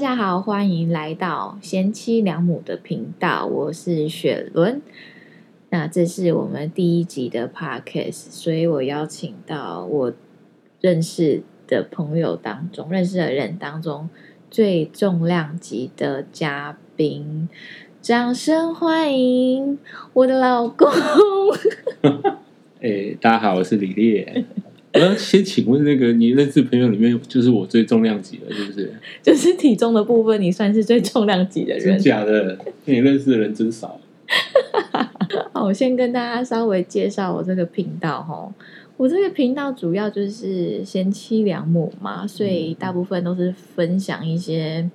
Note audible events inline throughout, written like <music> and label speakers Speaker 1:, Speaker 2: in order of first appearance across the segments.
Speaker 1: 家好，欢迎来到贤妻良母的频道，我是雪伦。那这是我们第一集的 podcast，所以我邀请到我认识的朋友当中，认识的人当中最重量级的嘉宾，掌声欢迎我的老公。 <laughs>
Speaker 2: 哎、大家好，我是李烈。 <laughs> 我要先请问那个你认识朋友里面，就是我最重量级的，是不是？
Speaker 1: 就是体重的部分，你算是最重量级的
Speaker 2: 真
Speaker 1: 人。
Speaker 2: 假的？你认识的人真少。
Speaker 1: 好，我先跟大家稍微介绍我这个频道哈。我这个频道主要就是贤妻良母嘛，所以大部分都是分享一些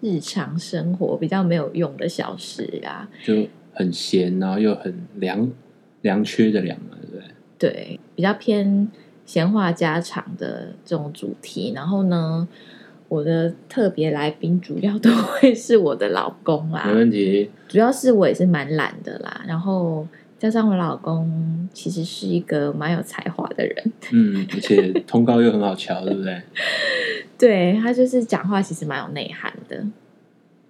Speaker 1: 日常生活比较没有用的小事啊。
Speaker 2: 就很闲，然后又很良良缺的良嘛，对不对？
Speaker 1: 对，比较偏闲话家常的这种主题。然后呢，我的特别来宾主要都会是我的老公啦。
Speaker 2: 没问题。
Speaker 1: 主要是我也是蛮懒的啦，然后加上我老公其实是一个蛮有才华的人，
Speaker 2: 嗯，而且通告又很好瞧，对不对？
Speaker 1: 对他就是讲话其实蛮有内涵的。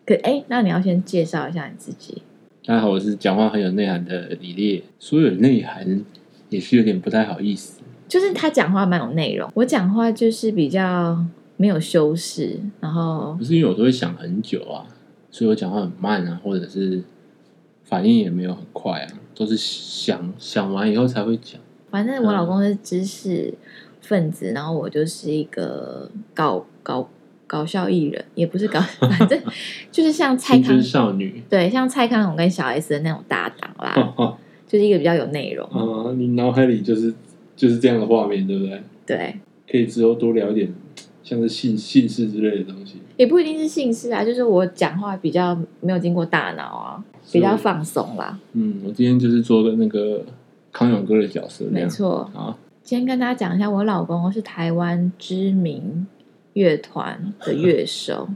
Speaker 1: 可哎、那你要先介绍一下你自己。
Speaker 2: 大家好，我是讲话很有内涵的李烈。说有内涵也是有点不太好意思。
Speaker 1: 就是他讲话蛮有内容，我讲话就是比较没有修饰，然后
Speaker 2: 不是因为我都会想很久啊，所以我讲话很慢啊，或者是反应也没有很快啊，都是想想完以后才会讲。
Speaker 1: 反正我老公是知识分子，然后我就是一个搞搞搞笑艺人，也不是搞，反正就是像蔡
Speaker 2: 青
Speaker 1: 康
Speaker 2: 春少女。
Speaker 1: <laughs>
Speaker 2: <laughs>
Speaker 1: 对，像蔡康永跟小 S 的那种搭档啦，
Speaker 2: 哦哦，
Speaker 1: 就是一个比较有内容。
Speaker 2: 啊你脑海里就是就是这样的画面，对不对？
Speaker 1: 对，
Speaker 2: 可以之后多聊一点，像是姓姓氏之类的东西，
Speaker 1: 也不一定是姓氏啊，就是我讲话比较没有经过大脑啊，比较
Speaker 2: 所以我。
Speaker 1: 放松啦。
Speaker 2: 嗯，我今天就是做个那个康永哥的角色，那
Speaker 1: 没
Speaker 2: 样。
Speaker 1: 错，
Speaker 2: 好，
Speaker 1: 今天跟大家讲一下，我老公是台湾知名乐团的乐
Speaker 2: <laughs>
Speaker 1: 手，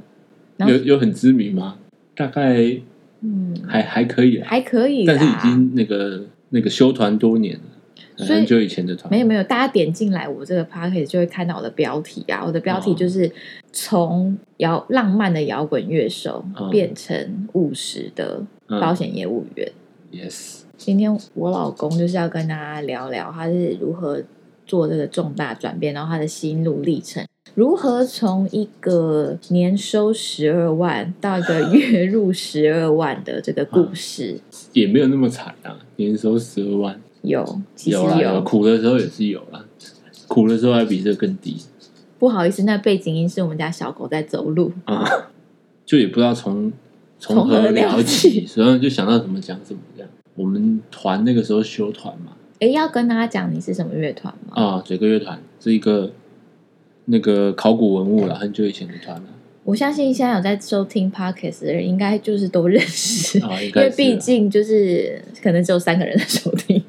Speaker 1: 然后
Speaker 2: 有有很知名吗？大概
Speaker 1: 嗯，
Speaker 2: 还还可以啦，
Speaker 1: 还可以啦，
Speaker 2: 但是已经那个那个修团多年了，
Speaker 1: 所以
Speaker 2: 很久以前的团。
Speaker 1: 没有没
Speaker 2: 有，
Speaker 1: 有，大家点进来我这个 p a c k a g e 就会看到我的标题啊，我的标题
Speaker 2: 哦
Speaker 1: 就是从摇浪漫的摇滚乐手
Speaker 2: 嗯
Speaker 1: 变成务实的
Speaker 2: 嗯
Speaker 1: 保险业务员。
Speaker 2: Yes，
Speaker 1: 今天我老公就是要跟大家聊聊他是如何做这个重大转变，然后他的心路历程，如何从一个年收十二万到一个月入十二万的这个故事。
Speaker 2: 也没有那么惨啊，年收十二万，
Speaker 1: 有，其实
Speaker 2: 有啦有，苦的时候也是有啦，苦的时候还比这更低。
Speaker 1: 不好意思，那背景音是我们家小狗在走路。
Speaker 2: 啊，就也不知道从
Speaker 1: 从
Speaker 2: 从
Speaker 1: 何
Speaker 2: 何
Speaker 1: 聊
Speaker 2: 聊
Speaker 1: 起
Speaker 2: 起，所以就想到什么讲什么这样。我们团那个时候修团嘛，
Speaker 1: 诶，要跟大家讲你是什么乐团吗？
Speaker 2: 啊，嘴哥乐团是一个那个考古文物了，很久以前的团了
Speaker 1: 我相信现在有在收听 podcast 的人，应该就是都认识，
Speaker 2: 啊， <laughs> 应
Speaker 1: 因为
Speaker 2: 该是
Speaker 1: 毕
Speaker 2: 啦。
Speaker 1: 竟就是可能只有三个人在收听。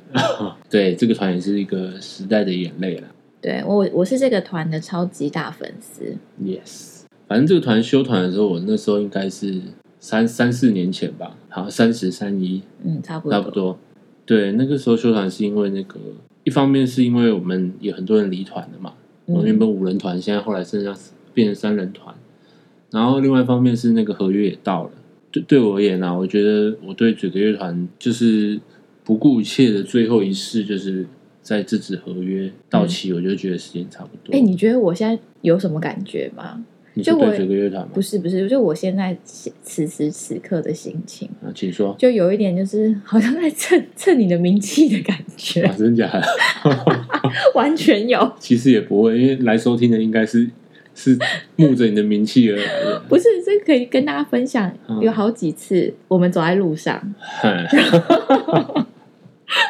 Speaker 2: 对这个团也是一个时代的眼泪了。
Speaker 1: 对我，我是这个团的超级大粉丝。
Speaker 2: Yes，反正这个团修团的时候，我那时候应该是三三四年前吧，好像三十三一，
Speaker 1: 嗯，差不多，
Speaker 2: 差不多。对，那个时候修团是因为那个，一方面是因为我们有很多人离团了嘛，我们原
Speaker 1: 嗯，
Speaker 2: 本五人团，现在后来剩下变成三人团。然后另外一方面是那个合约也到了，对对我而言啊，我觉得我对整个乐团就是不顾一切的最后一试，就是在这支合约到期，我就觉得时间差不
Speaker 1: 嗯
Speaker 2: 多。
Speaker 1: 哎、你觉得我现在有什么感觉吗？
Speaker 2: 你
Speaker 1: 就
Speaker 2: 说
Speaker 1: 我
Speaker 2: 对整个乐团吗
Speaker 1: 不？是，不是，就我现在此此时此刻的心情，
Speaker 2: 啊，请说。
Speaker 1: 就有一点就是好像在蹭蹭你的名气的感
Speaker 2: 啊，
Speaker 1: 觉，
Speaker 2: 真假 <laughs> 的？
Speaker 1: 完全有。
Speaker 2: 其实也不会，因为来收听的应该是是慕着你的名气而来的。
Speaker 1: 不是，这可以跟大家分享，
Speaker 2: 嗯
Speaker 1: 有好几次我们走在路上， <laughs>
Speaker 2: 嗨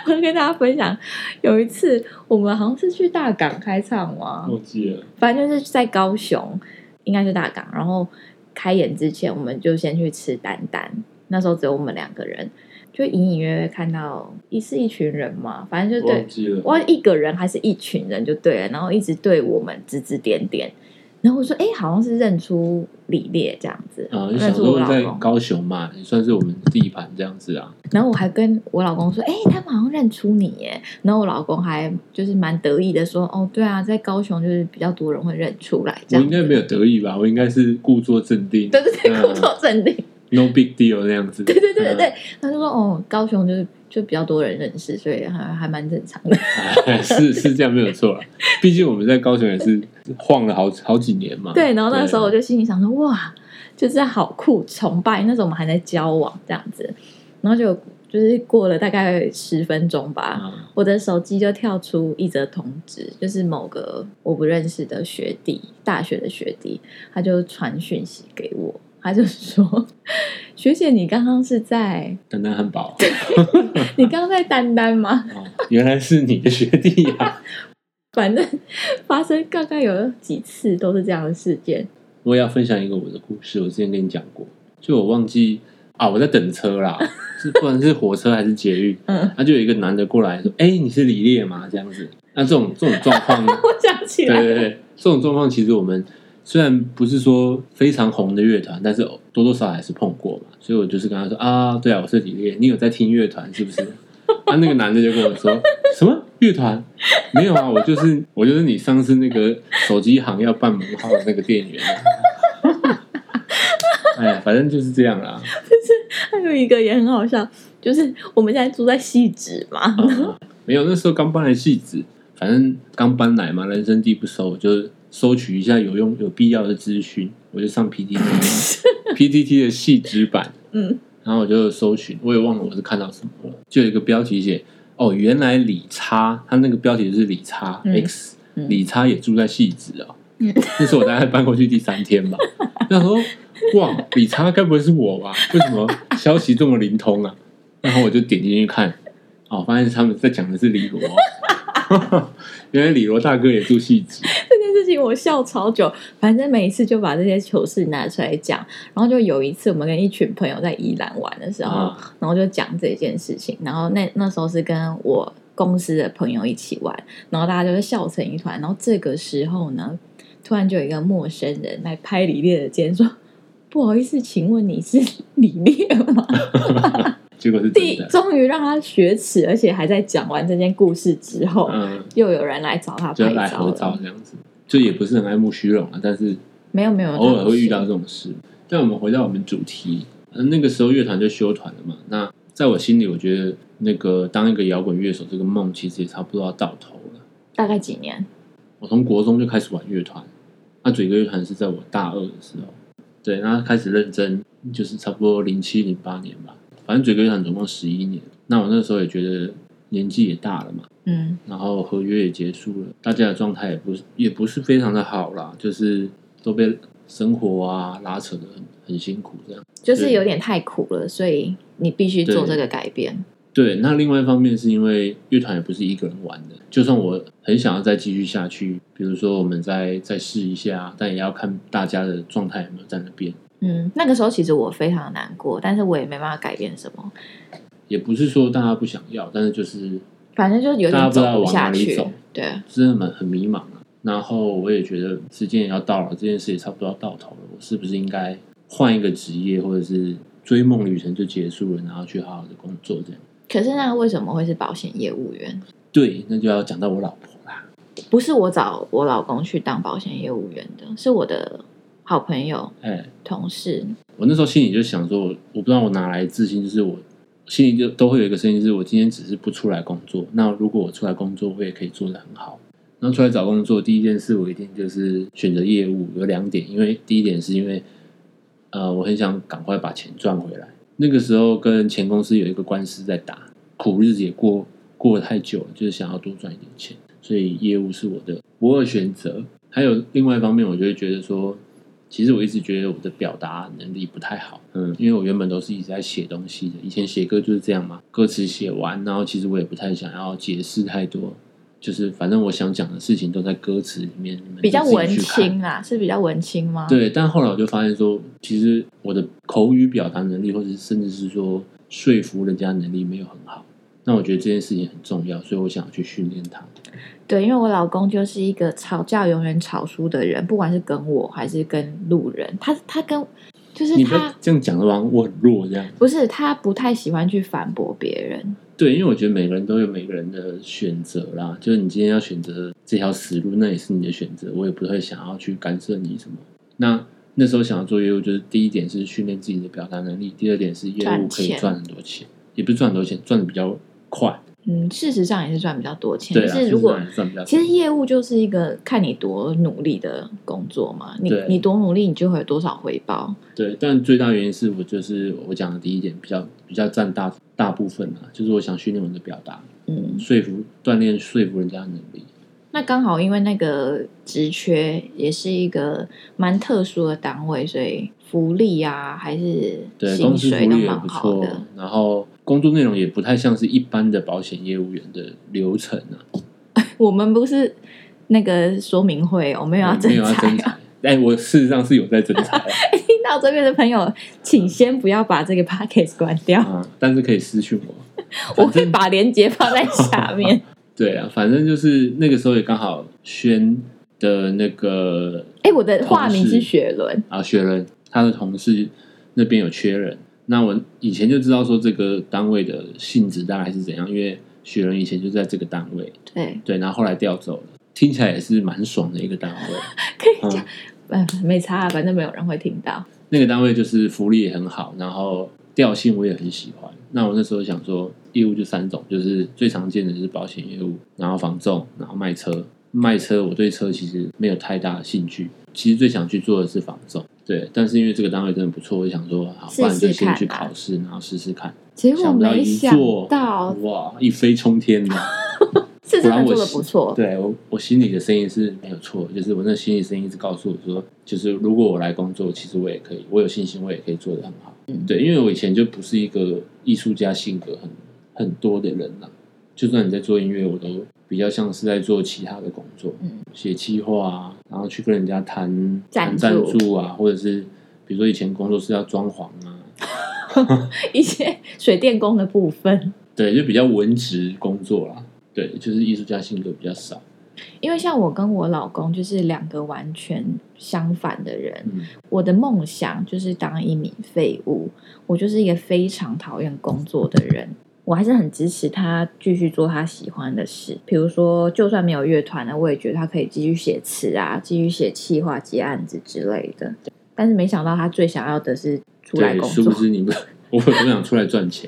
Speaker 1: 我跟大家分享，有一次我们好像是去大港开唱嘛，
Speaker 2: 忘记了，
Speaker 1: 反正就是在高雄，应该是大港。然后开演之前，我们就先去吃丹丹，那时候只有我们两个人，就隐隐约约看到一是一群人嘛，反正就对
Speaker 2: 忘记了。
Speaker 1: 我一个人还是一群人就对了，然后一直对我们指指点点。然后我说，哎、好像是认出李烈这样子，
Speaker 2: 啊、就
Speaker 1: 认
Speaker 2: 小时
Speaker 1: 出我
Speaker 2: 候
Speaker 1: 老
Speaker 2: 在
Speaker 1: 公。
Speaker 2: 高雄嘛，也算是我们地盘这样子啊。
Speaker 1: 然后我还跟我老公说，哎、他们好像认出你耶。然后我老公还就是蛮得意的说，哦，对啊，在高雄就是比较多人会认出来这
Speaker 2: 我
Speaker 1: 样
Speaker 2: 应
Speaker 1: 子。<laughs>
Speaker 2: 该没有得意吧？我应该是故作镇定，
Speaker 1: 对对对，
Speaker 2: 嗯
Speaker 1: 工作镇定。
Speaker 2: ，no big deal 那样
Speaker 1: <laughs>
Speaker 2: 子。
Speaker 1: 对对对对
Speaker 2: 嗯
Speaker 1: 对，他就说，哦，高雄就是就比较多人认识，所以还还蛮正常的。
Speaker 2: 哎 <laughs> 是是这样没有错啦。毕竟我们在高雄也是晃了好好几年嘛。
Speaker 1: <laughs> 对，然后那时候我就心里想说，哇，就是好酷，崇拜。那时候我们还在交往这样子，然后就就是过了大概十分钟吧，
Speaker 2: 啊，
Speaker 1: 我的手机就跳出一则通知，就是某个我不认识的学弟，大学的学弟，他就传讯息给我，他就说：“ <laughs> 学姐，你刚刚是在，
Speaker 2: 丹丹汉堡
Speaker 1: 你刚刚在丹丹吗？
Speaker 2: 哦，原来是你的学弟啊呀！
Speaker 1: 反正发生刚刚有几次都是这样的事件。 <laughs>
Speaker 2: 我也要分享一个我的故事，我之前跟你讲过，就我忘记啊，我在等车啦， <laughs> 是不管是火车还是捷运，”啊
Speaker 1: 嗯，
Speaker 2: 他、就有一个男的过来说：“哎、你是李烈吗？”这样子，那、这种这种状况，
Speaker 1: 我想起
Speaker 2: 对
Speaker 1: 来，
Speaker 2: 对对，这种状况其实我们虽然不是说非常红的乐团，但是多多少少还是碰过嘛。所以我就是跟他说啊，对啊，我是李烈，你有在听乐团是
Speaker 1: <laughs>
Speaker 2: 不是？啊，那个男的就跟我说什么乐团？没有啊，我就是我就是你上次那个手机行要办门号的那个店员、啊。 <laughs> 哎呀，反正就是这样啦。
Speaker 1: 还有一个也很好笑，就是我们现在住在汐止
Speaker 2: <laughs>
Speaker 1: 嘛，
Speaker 2: 啊没有，那时候刚搬来戏子，反正刚搬来嘛，人生地不熟，我就收取一下有用、有必要的资讯，我就上 PTT，PTT 的戏子版，
Speaker 1: 嗯，
Speaker 2: 然后我就搜寻，我也忘了我是看到什么了，就有一个标题写哦，原来李叉，他那个标题就是李叉、
Speaker 1: 嗯
Speaker 2: X，
Speaker 1: 嗯
Speaker 2: 李叉也住在戏子
Speaker 1: 嗯
Speaker 2: 哦。那时候我大概搬过去第三天吧，那时候哇，李叉该不会是我吧？为什么消息这么灵通啊？然后我就点进去看，哦，发现他们在讲的是李罗， <laughs> 原来李罗大哥也住戏子，
Speaker 1: 这件事情我笑超久，反正每一次就把这些糗事拿出来讲。然后就有一次，我们跟一群朋友在宜兰玩的时候，
Speaker 2: 啊
Speaker 1: 然后就讲这件事情。然后那那时候是跟我公司的朋友一起玩，然后大家就是笑成一团。然后这个时候呢，突然就有一个陌生人来拍李烈的肩说：“不好意思，请问你是李烈
Speaker 2: <laughs>
Speaker 1: 吗？”
Speaker 2: 结果是真
Speaker 1: 第
Speaker 2: 的，
Speaker 1: 终于让他雪耻，而且还在讲完这件故事之后，
Speaker 2: 嗯，
Speaker 1: 又有人来找他
Speaker 2: 就
Speaker 1: 拍
Speaker 2: 来
Speaker 1: 照
Speaker 2: 合照
Speaker 1: 了。
Speaker 2: 这样子，就也不是很爱慕虚荣啊，但是
Speaker 1: 没有没有，嗯
Speaker 2: 偶
Speaker 1: 他
Speaker 2: 尔
Speaker 1: 不
Speaker 2: 会
Speaker 1: 是
Speaker 2: 遇到这种事。但我们回到我们主题，呃那个时候乐团就休团了嘛。那在我心里，我觉得那个当一个摇滚乐手这个梦，其实也差不多要到头了。
Speaker 1: 大概几年？
Speaker 2: 我从国中就开始玩乐团，那嘴哥乐团是在我大二的时候，对，那开始认真，就是差不多零七零八年吧。反正嘴哥乐团总共十一年。那我那时候也觉得年纪也大了嘛，
Speaker 1: 嗯，
Speaker 2: 然后合约也结束了，大家的状态也不是也不是非常的好啦，就是都被生活啊拉扯的很很辛苦这样。
Speaker 1: 就是
Speaker 2: 对
Speaker 1: 有点太苦了，所以你必须做
Speaker 2: 对
Speaker 1: 这个改变。
Speaker 2: 对，那另外一方面是因为乐团也不是一个人玩的，就算我很想要再继续下去，比如说我们再再试一下，但也要看大家的状态有没有在那边。
Speaker 1: 嗯，那个时候其实我非常难过，但是我也没办法改变什么，
Speaker 2: 也不是说大家不想要，但是就是
Speaker 1: 反正就有点
Speaker 2: 大家不知
Speaker 1: 走
Speaker 2: 道
Speaker 1: 不
Speaker 2: 往哪
Speaker 1: 下
Speaker 2: 里
Speaker 1: 去
Speaker 2: 走。
Speaker 1: 对，
Speaker 2: 真的蛮很迷茫啊。然后我也觉得时间也要到了，这件事也差不多要到头了，我是不是应该换一个职业，或者是追梦旅程就结束了，然后去好好的工作这样？
Speaker 1: 可是那为什么会是保险业务员？
Speaker 2: 对，那就要讲到我老婆啦。
Speaker 1: 不是我找我老公去当保险业务员的，是我的好朋友、
Speaker 2: 哎，
Speaker 1: 同事。
Speaker 2: 我那时候心里就想说，我我不知道我哪来的自信，就是我心里就都会有一个声音，是我今天只是不出来工作。那如果我出来工作，我也可以做得很好。然后出来找工作，第一件事我一定就是选择业务，有两点，因为第一点是因为，呃，我很想赶快把钱赚回来。那个时候跟前公司有一个官司在打，苦日子也过过得太久了，就是想要多赚一点钱，所以业务是我的不二选择。还有另外一方面，我就会觉得说，其实我一直觉得我的表达能力不太好，嗯，因为我原本都是一直在写东西的，以前写歌就是这样嘛，歌词写完，然后其实我也不太想要解释太多，就是反正我想讲的事情都在歌词里面，你们
Speaker 1: 比较
Speaker 2: 就自
Speaker 1: 文
Speaker 2: 己去看
Speaker 1: 青啦，是比较文青吗？，
Speaker 2: 对，但后来我就发现说，其实我的口语表达能力，或者是甚至是说说服人家能力没有很好。那我觉得这件事情很重要，所以我想要去训练它。
Speaker 1: 对，因为我老公就是一个吵架永远吵输的人，不管是跟我还是跟路人，他他跟就是
Speaker 2: 你不要
Speaker 1: 他
Speaker 2: 这样讲的话，我很弱这样。
Speaker 1: 不是他不太喜欢去反驳别人，
Speaker 2: 对，因为我觉得每个人都有每个人的选择啦，就是你今天要选择这条死路，那也是你的选择，我也不会想要去干涉你什么。那那时候想要做业务，就是第一点是训练自己的表达能力，第二点是业务
Speaker 1: 赚
Speaker 2: 可以
Speaker 1: 钱
Speaker 2: 赚很多钱，也不是赚很多钱，赚的比较快。
Speaker 1: 嗯，事实上也是赚比较多钱，
Speaker 2: 对
Speaker 1: 但
Speaker 2: 啊，
Speaker 1: 是如
Speaker 2: 就是
Speaker 1: 果
Speaker 2: 让人赚比较快，
Speaker 1: 其实业务就是一个看你多努力的工作嘛，你
Speaker 2: 对
Speaker 1: 你多努力，你就会有多少回报。
Speaker 2: 对，但最大原因是我就是我讲的第一点比较比较占大大部分啦，就是我想训练我的表达，
Speaker 1: 嗯，
Speaker 2: 说服锻炼说服人家的能力。
Speaker 1: 那刚好因为那个职缺也是一个蛮特殊的单位，所以福利啊还是
Speaker 2: 对，
Speaker 1: 薪
Speaker 2: 公司
Speaker 1: 水
Speaker 2: 福
Speaker 1: 都
Speaker 2: 利也
Speaker 1: 蛮
Speaker 2: 不
Speaker 1: 好
Speaker 2: 错
Speaker 1: 的。，
Speaker 2: 然后工作内容也不太像是一般的保险业务员的流程啊，
Speaker 1: 我们不是那个说明会，我们有要
Speaker 2: 没
Speaker 1: 征
Speaker 2: 有要
Speaker 1: 才
Speaker 2: 增
Speaker 1: 啊。
Speaker 2: 财。哎，我事实上是有在啊增财
Speaker 1: <laughs> 听到这边的朋友，请先不要把这个 p o c k e t 关掉，
Speaker 2: 啊，但是可以私讯我。
Speaker 1: <laughs> 我会把链接放在下 <laughs> 面。
Speaker 2: 对啊，反正就是那个时候也刚好轩的那个
Speaker 1: 哎、我的化名
Speaker 2: 同事
Speaker 1: 是雪伦，
Speaker 2: 啊，雪人他的同事那边有缺人，那我以前就知道说这个单位的性质大概是怎样，因为雪人以前就在这个单位，
Speaker 1: 对，
Speaker 2: 对，然后后来调走了，听起来也是蛮爽的一个单位。
Speaker 1: 可以
Speaker 2: 嗯
Speaker 1: 讲，嗯，没差、啊，反正没有人会听到。
Speaker 2: 那个单位就是福利也很好，然后调性我也很喜欢。那我那时候想说，业务就三种，就是最常见的就是保险业务，然后房仲，然后卖车。卖车我对车其实没有太大的兴趣，其实最想去做的是房仲。对，但是因为这个单位真的不错，我就想说，好，不然就
Speaker 1: 试试看
Speaker 2: 先
Speaker 1: 啊
Speaker 2: 去考试，然后试试看。
Speaker 1: 结果
Speaker 2: 想不到
Speaker 1: 没
Speaker 2: 一
Speaker 1: 想
Speaker 2: 做，
Speaker 1: 到，
Speaker 2: 哇，一飞冲天呐！
Speaker 1: 是真
Speaker 2: 不然
Speaker 1: 的
Speaker 2: 我
Speaker 1: 做的不错。
Speaker 2: 对我，我心里的声音是没有错，就是我那心里声音一直告诉我说，就是如果我来工作，其实我也可以，我有信心，我也可以做得很好。
Speaker 1: 嗯
Speaker 2: 对，因为我以前就不是一个艺术家性格很很多的人啦、就算你在做音乐，我都比较像是在做其他的工作，
Speaker 1: 嗯，
Speaker 2: 写企划啊，然后去跟人家谈
Speaker 1: 赞
Speaker 2: 谈赞助啊，或者是比如说以前工作室要装潢啊，
Speaker 1: 一些水电工的部分，
Speaker 2: 对，就比较文职工作啦。对，就是艺术家性格比较少。
Speaker 1: 因为像我跟我老公就是两个完全相反的人。
Speaker 2: 嗯，
Speaker 1: 我的梦想就是当一名废物，我就是一个非常讨厌工作的人。我还是很支持他继续做他喜欢的事，比如说，就算没有乐团了，啊我也觉得他可以继续写词啊，继续写企划、接案子之类的。但是没想到他最想要的是出来
Speaker 2: 对，
Speaker 1: 工
Speaker 2: 殊
Speaker 1: 作
Speaker 2: 不， <laughs> 知你们，我本想出来
Speaker 1: <laughs>
Speaker 2: 赚钱，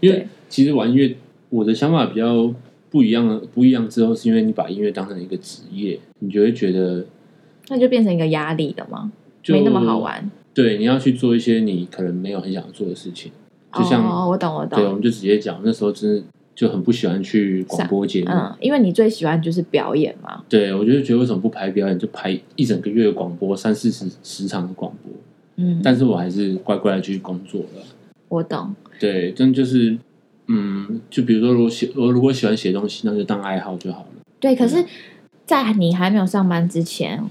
Speaker 2: 因为
Speaker 1: 对
Speaker 2: 其实玩音乐，我的想法比较不一样了。不一样之后，是因为你把音乐当成一个职业，你就会觉得
Speaker 1: 那就变成一个压力了吗？
Speaker 2: 就
Speaker 1: 没那么好。玩。
Speaker 2: 对，你要去做一些你可能没有很想做的事情，就像、
Speaker 1: 哦，我懂，我
Speaker 2: 对，我
Speaker 1: 懂。
Speaker 2: 们就直接讲，那时候真的就很不喜欢去广播节目。
Speaker 1: 嗯，因为你最喜欢就是表演嘛，
Speaker 2: 对，我就觉得为什么不排表演，就排一整个月的广播，三四十时长的广播。
Speaker 1: 嗯，
Speaker 2: 但是我还是乖乖的去工作了。
Speaker 1: 我懂，
Speaker 2: 对，但就是，嗯，就比如说，如果喜我如果喜欢写东西，那就当爱好就好了。
Speaker 1: 对。可
Speaker 2: 嗯
Speaker 1: 是，在你还没有上班之前，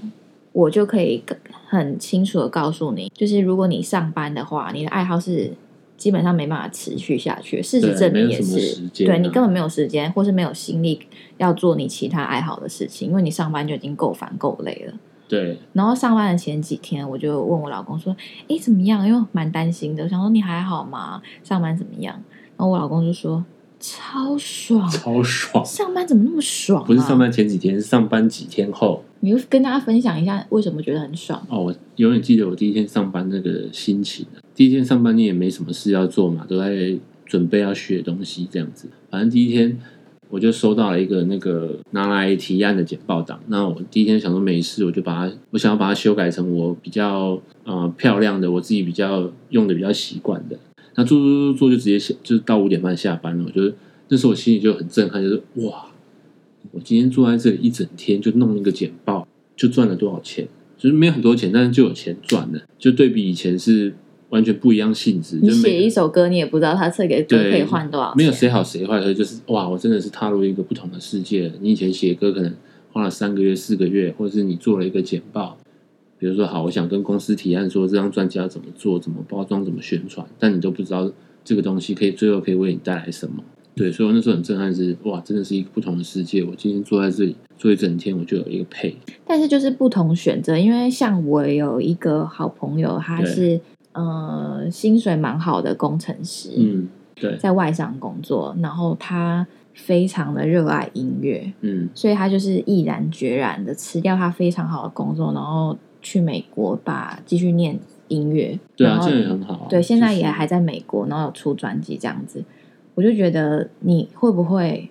Speaker 1: 我就可以很清楚的告诉你，就是如果你上班的话，你的爱好是基本上没办法持续下去。事实
Speaker 2: 对
Speaker 1: 证明
Speaker 2: 没有
Speaker 1: 也
Speaker 2: 什么
Speaker 1: 是
Speaker 2: 时，间
Speaker 1: 对你
Speaker 2: 啊
Speaker 1: 根本没有时间，或是没有心力要做你其他爱好的事情，因为你上班就已经够烦够累了。
Speaker 2: 对，
Speaker 1: 然后上班的前几天，我就问我老公说：“诶，怎么样？”因为我蛮担心的，我想说你还好吗？上班怎么样？然后我老公就说：“超爽，
Speaker 2: 超爽。
Speaker 1: 上班怎么那么爽、啊？”
Speaker 2: 不是上，班前几天，是上班几天后。
Speaker 1: 你就跟大家分享一下为什么觉得很爽。
Speaker 2: 哦，我永远记得我第一天上班那个心情。第一天上班你也没什么事要做嘛，都在准备要学东西这样子。反正第一天我就收到了一个那个拿来提案的简报档。那我第一天想说没事，我就把它，我想要把它修改成我比较呃漂亮的，我自己比较用的比较习惯的。那做做做做就直接下，就是到五点半下班了。我就那时候我心里就很震撼，就是哇，我今天坐在这里一整天就弄一个简报，就赚了多少钱？就是没有很多钱，但是就有钱赚了。就对比以前是完全不一样性质。
Speaker 1: 你
Speaker 2: 就每
Speaker 1: 写一首歌，你也不知道它这个歌
Speaker 2: 对
Speaker 1: 可以换多少钱，
Speaker 2: 没有谁好谁坏，可是就是哇，我真的是踏入一个不同的世界了。你以前写歌可能花了三个月、四个月，或者是你做了一个简报，比如说好，我想跟公司提案说这张专辑要怎么做、怎么包装、怎么宣传，但你都不知道这个东西可以最后可以为你带来什么。对，所以我那时候很震撼是，哇，真的是一个不同的世界。我今天坐在这里坐一整天，我就有一个配，
Speaker 1: 但是就是不同选择，因为像我有一个好朋友，他
Speaker 2: 对
Speaker 1: 是呃薪水蛮好的工程师，
Speaker 2: 嗯，对，
Speaker 1: 在外商工作，然后他非常的热爱音乐，
Speaker 2: 嗯，
Speaker 1: 所以他就是毅然决然的辞掉他非常好的工作，然后去美国把继续念音乐。
Speaker 2: 对啊
Speaker 1: 然，后
Speaker 2: 这样也很好、啊。
Speaker 1: 对，现在也
Speaker 2: 就是
Speaker 1: 还在美国，然后有出专辑这样子。我就觉得你会不会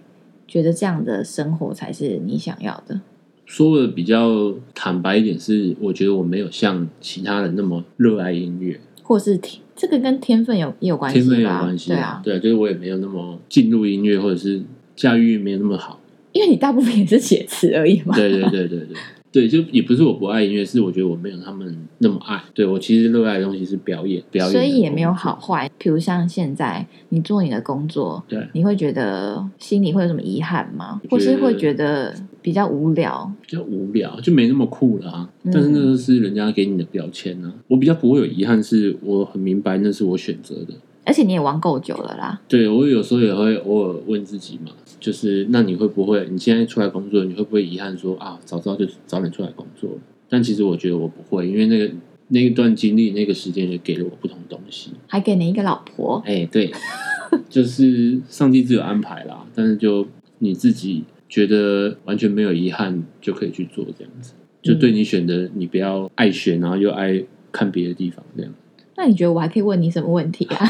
Speaker 1: 觉得这样的生活才是你想要的？
Speaker 2: 说的比较坦白一点是，我觉得我没有像其他人那么热爱音乐，
Speaker 1: 或是天这个跟天分有也有关系吧？
Speaker 2: 天分也有关系
Speaker 1: 对啊，
Speaker 2: 对，就是我也没有那么进入音乐，或者是驾驭没有那
Speaker 1: <laughs>
Speaker 2: 么好。
Speaker 1: 因为你大部分也是写词而已嘛。
Speaker 2: 对对对对对。对，就也不是我不爱音乐，是我觉得我没有他们那么爱。对我其实热爱的东西是表演，表演
Speaker 1: 所
Speaker 2: 的
Speaker 1: 以也没有
Speaker 2: 工作
Speaker 1: 好坏。比如像现在你做你的工作，
Speaker 2: 对，
Speaker 1: 你会觉得心里会有什么遗憾吗？
Speaker 2: 我
Speaker 1: 或
Speaker 2: 觉得
Speaker 1: 是会觉得比较无聊？
Speaker 2: 比较无聊，就没那么酷了啊。
Speaker 1: 嗯
Speaker 2: 但是那个是人家给你的标签啊。我比较不会有遗憾，是我很明白那是我选择的。
Speaker 1: 而且你也玩够久了啦，
Speaker 2: 对我有时候也会偶尔问自己嘛，就是那你会不会你现在出来工作，你会不会遗憾说啊，早知道就早点出来工作？但其实我觉得我不会，因为那个那一段经历、那个时间也给了我不同东西。
Speaker 1: 还给你一个老婆，
Speaker 2: 哎、对， <laughs> 就是上帝自有安排啦，但是就你自己觉得完全没有遗憾，就可以去做这样子。就
Speaker 1: 嗯
Speaker 2: 对你选的，你不要爱学，然后又爱看别的地方这样。
Speaker 1: 那你觉得我还可以问你什么问题啊？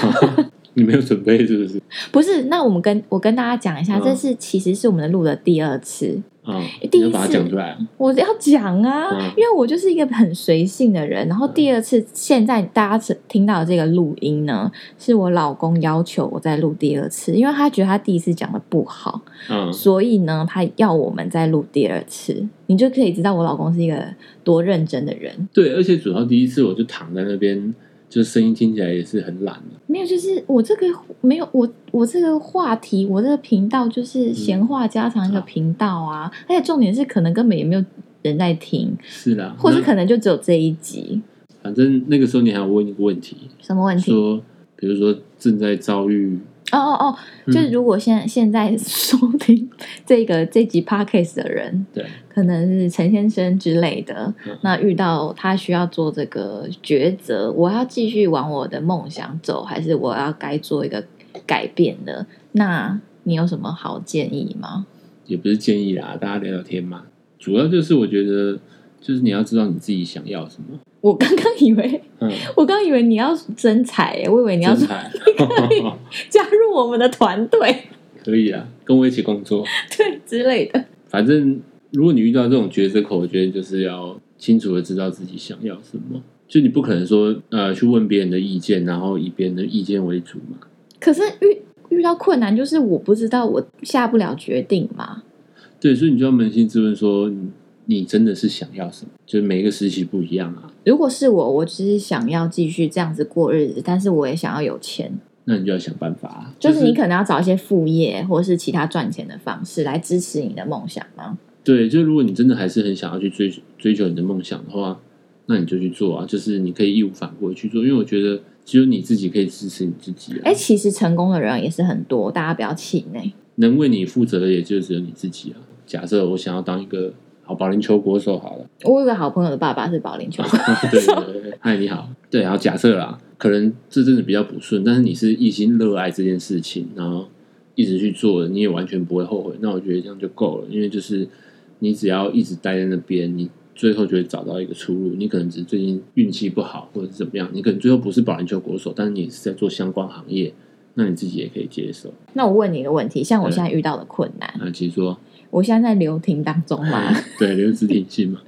Speaker 2: 你没有准备是不是？
Speaker 1: 不是，那我们跟我跟大家讲一下，
Speaker 2: 嗯
Speaker 1: 这是其实是我们的录的第二次，
Speaker 2: 啊、
Speaker 1: 哎第
Speaker 2: 你
Speaker 1: 一
Speaker 2: 要把它
Speaker 1: 次
Speaker 2: 讲出来啊。
Speaker 1: 我要讲啊，
Speaker 2: 嗯
Speaker 1: 因为我就是一个很随性的人。然后第二次，现在大家听到的这个录音呢，是我老公要求我再录第二次，因为他觉得他第一次讲的不好，
Speaker 2: 嗯，
Speaker 1: 所以呢，他要我们再录第二次，你就可以知道我老公是一个多认真的人。
Speaker 2: 对，而且主要第一次我就躺在那边，就声音听起来也是很懒的。
Speaker 1: 没有，就是我这个没有我我这个话题，我这个频道
Speaker 2: 嗯
Speaker 1: 就是闲话家常一个频道啊，而且重点是可能根本也没有人在听，
Speaker 2: 是啦，
Speaker 1: 或是
Speaker 2: 那
Speaker 1: 可能就只有这一集。
Speaker 2: 反正那个时候你还有问一个问题，
Speaker 1: 什么问题？
Speaker 2: 说比如说正在遭遇，
Speaker 1: 哦哦哦，
Speaker 2: 嗯
Speaker 1: 就是如果现在现在收听这个这集 podcast 的人，
Speaker 2: 对，
Speaker 1: 可能是陈先生之类的
Speaker 2: 嗯，
Speaker 1: 那遇到他需要做这个抉择，我要继续往我的梦想走，还是我要该做一个改变的？那你有什么好建议吗？
Speaker 2: 也不是建议啦，大家聊聊天嘛。主要就是我觉得，就是你要知道你自己想要什么。
Speaker 1: 我刚刚以为，
Speaker 2: 嗯，
Speaker 1: 我刚刚以为你要征才耶，我以为你要说
Speaker 2: 真才
Speaker 1: 加入我们的团队，
Speaker 2: <laughs>
Speaker 1: <laughs>
Speaker 2: 可以啊，跟我一起工作。
Speaker 1: 对之类的。
Speaker 2: 反正如果你遇到这种抉择口，我觉得就是要清楚的知道自己想要什么。就你不可能说呃去问别人的意见，然后以别人的意见为主嘛。
Speaker 1: 可是遇遇到困难，就是我不知道我下不了决定嘛。
Speaker 2: 对，所以你就要扪心自问说，你你真的是想要什么？就是每一个时期不一样啊，
Speaker 1: 如果是我，我只是想要继续这样子过日子，但是我也想要有钱，
Speaker 2: 那你就要想办法、啊。
Speaker 1: 就是你可能要找一些副业或是其他赚钱的方式来支持你的梦想吗？
Speaker 2: 对，就如果你真的还是很想要去追追求你的梦想的话，那你就去做啊，就是你可以义无反顾地去做，因为我觉得只有你自己可以支持你自己、啊，
Speaker 1: 哎、其实成功的人也是很多，大家不要气馁。
Speaker 2: 能为你负责的也就只有你自己啊。假设我想要当一个好保龄球国手好了， <laughs>
Speaker 1: 我有个好朋友的爸爸是保龄球手， <laughs>
Speaker 2: 对对对，嗨你好，对，然后假设啦，可能这阵子比较不顺，但是你是一心热爱这件事情，然后一直去做，你也完全不会后悔，那我觉得这样就够了，因为就是你只要一直待在那边，你。最后就会找到一个出路。你可能只是最近运气不好，或者是怎么样，你可能最后不是保龄球国手，但是你是在做相关行业，那你自己也可以接受。
Speaker 1: 那我问你一个问题，像我
Speaker 2: 对
Speaker 1: 现在遇到的困难，
Speaker 2: 那其实说，
Speaker 1: 我现在在留停当中嘛，
Speaker 2: 对，留职停薪嘛，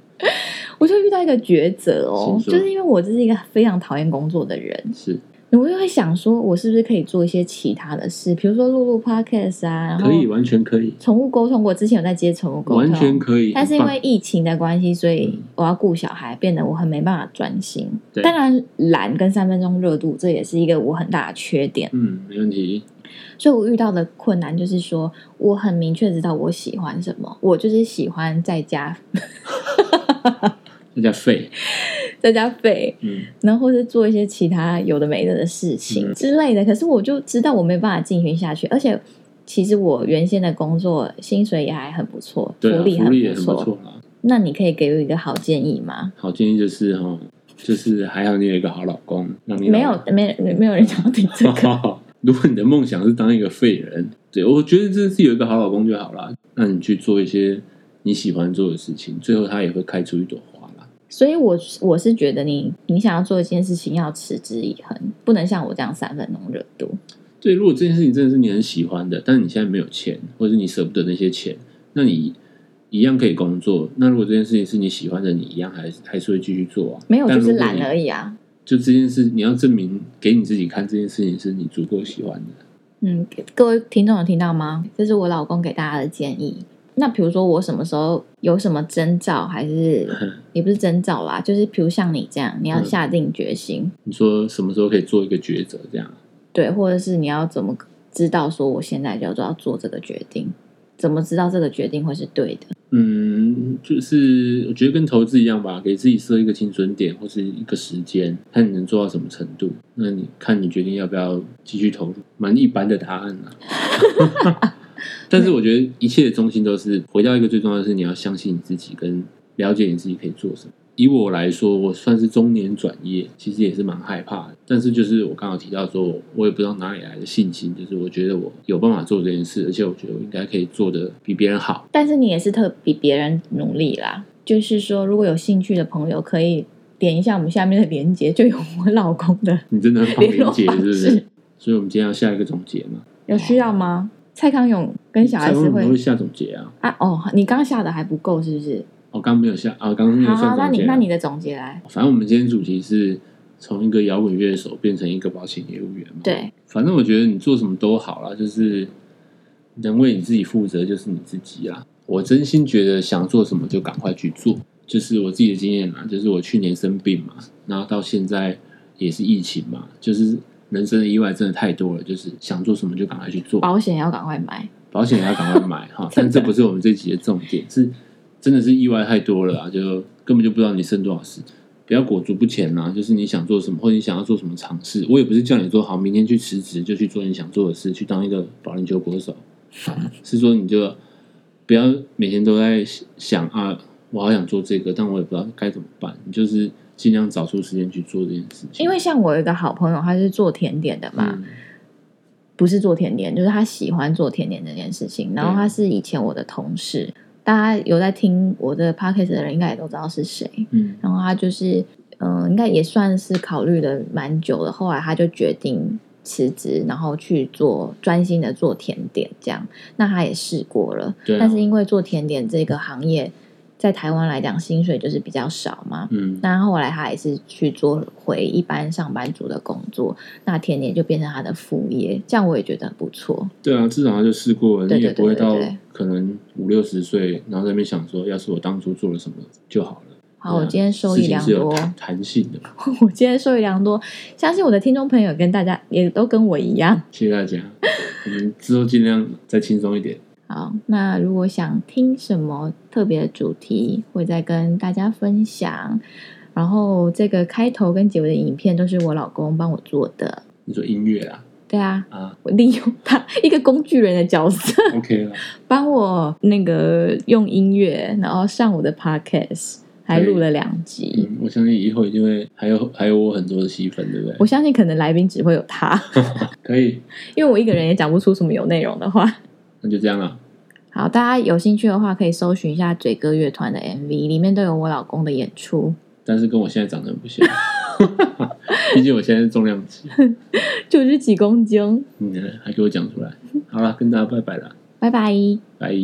Speaker 1: 我就遇到一个抉择哦，
Speaker 2: 请说
Speaker 1: 就是因为我这是一个非常讨厌工作的人，
Speaker 2: 是
Speaker 1: 我就会想说，我是不是可以做一些其他的事，比如说录录 podcast 啊，然后
Speaker 2: 可以，完全可以，
Speaker 1: 宠物沟通，我之前有在接宠物沟通，
Speaker 2: 完全可以。
Speaker 1: 但是因
Speaker 2: 很棒
Speaker 1: 为疫情的关系，所以我要顾小孩，变得我很没办法专心。
Speaker 2: 对
Speaker 1: 当然，懒跟三分钟热度，这也是一个我很大的缺点。
Speaker 2: 嗯，没问题。
Speaker 1: 所以我遇到的困难就是说，我很明确知道我喜欢什么，我就是喜欢在家 <laughs>
Speaker 2: 那叫废。
Speaker 1: 在家废，
Speaker 2: 嗯，
Speaker 1: 然后或是做一些其他有的没的的事情
Speaker 2: 嗯
Speaker 1: 之类的。可是我就知道我没办法进行下去，而且其实我原先的工作薪水也还很不错，
Speaker 2: 对啊，
Speaker 1: 利
Speaker 2: 福利也
Speaker 1: 很
Speaker 2: 很
Speaker 1: 错。
Speaker 2: 错啦。
Speaker 1: 那你可以给我一个好建议吗？
Speaker 2: 好建议就是哈，就是还好你有一个好老公，让你老
Speaker 1: 没有，没没有人想要听这个。
Speaker 2: <laughs> 如果你的梦想是当一个废人，对我觉得这是有一个好老公就好啦。那你去做一些你喜欢做的事情，最后他也会开出一朵花啦。
Speaker 1: 所以我，我是觉得你，你想要做一件事情，要持之以恒，不能像我这样三分钟热度。
Speaker 2: 对，如果这件事情真的是你很喜欢的，但是你现在没有钱，或者是你舍不得那些钱，那你一样可以工作。那如果这件事情是你喜欢的，你一样还是还是会继续做啊。
Speaker 1: 没有，
Speaker 2: 但
Speaker 1: 就是
Speaker 2: 如果
Speaker 1: 懒
Speaker 2: 你
Speaker 1: 而已啊。
Speaker 2: 就这件事，你要证明给你自己看，这件事情是你足够喜欢的。
Speaker 1: 嗯，各位听众有听到吗？这是我老公给大家的建议。那比如说，我什么时候有什么征兆，还是 <laughs> 也不是征兆啦，就是比如像你这样，你要
Speaker 2: 嗯
Speaker 1: 下定决心，
Speaker 2: 你说什么时候可以做一个抉择？这样
Speaker 1: 对，或者是你要怎么知道说我现在就要做这个决定？怎么知道这个决定会是对的？
Speaker 2: 嗯，就是我觉得跟投资一样吧，给自己设一个精准点或是一个时间，看你能做到什么程度。那你看你决定要不要继续投入，蛮一般的答案啊。但是我觉得一切的中心都是回到一个最重要的是，你要相信你自己，跟了解你自己可以做什么。以我来说，我算是中年转业，其实也是蛮害怕的。但是就是我刚好提到说，我也不知道哪里来的信心，就是我觉得我有办法做这件事，而且我觉得我应该可以做的比别人好。
Speaker 1: 但是你也是特比别人努力啦。就是说，如果有兴趣的朋友，可以点一下我们下面的链接，就有我老公的
Speaker 2: 你真的很放
Speaker 1: 联
Speaker 2: 连
Speaker 1: 络
Speaker 2: 结，是
Speaker 1: 方
Speaker 2: 不
Speaker 1: 式
Speaker 2: 是。？所以我们今天要下一个总结嘛？
Speaker 1: 有需要吗？蔡康永跟小
Speaker 2: 才
Speaker 1: S
Speaker 2: 会不会
Speaker 1: 会
Speaker 2: 下总结啊？
Speaker 1: 啊？哦，你刚下的还不够是不是？
Speaker 2: 我、刚刚没有下啊，刚刚没有
Speaker 1: 好
Speaker 2: 下
Speaker 1: 好，那
Speaker 2: 总
Speaker 1: 你
Speaker 2: 结啊、
Speaker 1: 那你的总结来，
Speaker 2: 反正我们今天主题是从一个摇滚乐手变成一个保险业务员嘛。，
Speaker 1: 对，
Speaker 2: 反正我觉得你做什么都好啦，就是能为你自己负责就是你自己啦。我真心觉得想做什么就赶快去做，就是我自己的经验啦，就是我去年生病嘛，然后到现在也是疫情嘛，就是人生的意外真的太多了，就是想做什么就赶快去做。
Speaker 1: 保险要赶快买，
Speaker 2: 保险也要赶快买哈，
Speaker 1: <laughs> 真
Speaker 2: 但
Speaker 1: 的
Speaker 2: 这不是我们这集的重点，是真的是意外太多了啊，就根本就不知道你剩多少时间，不要裹足不前啦、就是你想做什么，或者你想要做什么尝试，我也不是叫你说好明天去辞职就去做你想做的事，去当一个保龄球国手，是说你就不要每天都在想啊，我好想做这个，但我也不知道该怎么办，你就是尽量找出时间去做这件事情。
Speaker 1: 因为像我有一个好朋友，他是做甜点的嘛，
Speaker 2: 嗯，
Speaker 1: 不是做甜点，就是他喜欢做甜点这件事情。然后他是以前我的同事，大家有在听我的 podcast 的人，应该也都知道是谁。
Speaker 2: 嗯，
Speaker 1: 然后他就是，嗯、应该也算是考虑了蛮久的。后来他就决定辞职，然后去做专心的做甜点这样。那他也试过了，
Speaker 2: 对啊、
Speaker 1: 但是因为做甜点这个行业，在台湾来讲薪水就是比较少嘛，
Speaker 2: 嗯，
Speaker 1: 那后来他也是去做回一般上班族的工作，那甜点就变成他的副业，这样我也觉得很不错。
Speaker 2: 对啊，至少他就试过了，
Speaker 1: 对
Speaker 2: 你也
Speaker 1: 对对
Speaker 2: 不会到
Speaker 1: 对对
Speaker 2: 可能五六十岁，然后在那边想说，要是我当初做了什么就好了。
Speaker 1: 好，
Speaker 2: 对啊
Speaker 1: 我哦今天收益
Speaker 2: 事情
Speaker 1: 良
Speaker 2: 是有
Speaker 1: 多，
Speaker 2: 弹弹性的嘛。
Speaker 1: <laughs> 我今天收益良多，相信我的听众朋友跟大家也都跟我一样。
Speaker 2: 谢谢大家， <laughs> 我们之后尽量再轻松一点。
Speaker 1: 好，那如果想听什么特别的主题，会再跟大家分享。然后这个开头跟结尾的影片都是我老公帮我做的，
Speaker 2: 你说音乐啊
Speaker 1: 对啊，
Speaker 2: 啊
Speaker 1: 我利用他一个工具人的角色。
Speaker 2: ，OK
Speaker 1: <laughs>
Speaker 2: 了，
Speaker 1: 帮我那个用音乐，然后上我的 podcast，还录了两集。
Speaker 2: 嗯，我相信以后一定会还有还有我很多的戏份，对不
Speaker 1: 我
Speaker 2: 对？
Speaker 1: 相信可能来宾只会有他，
Speaker 2: 可以，
Speaker 1: 因为我一个人也讲不出什么有内容的话。
Speaker 2: 那就这样了。
Speaker 1: 好，大家有兴趣的话，可以搜寻一下嘴哥乐团的 MV，里面都有我老公的演出。
Speaker 2: 但是跟我现在长得很
Speaker 1: <laughs>
Speaker 2: 不像，毕竟我现在是重量级，嗯
Speaker 1: 九十几公斤，
Speaker 2: 你还给我讲出来。好了，跟大家拜拜了，
Speaker 1: 拜拜。
Speaker 2: 拜。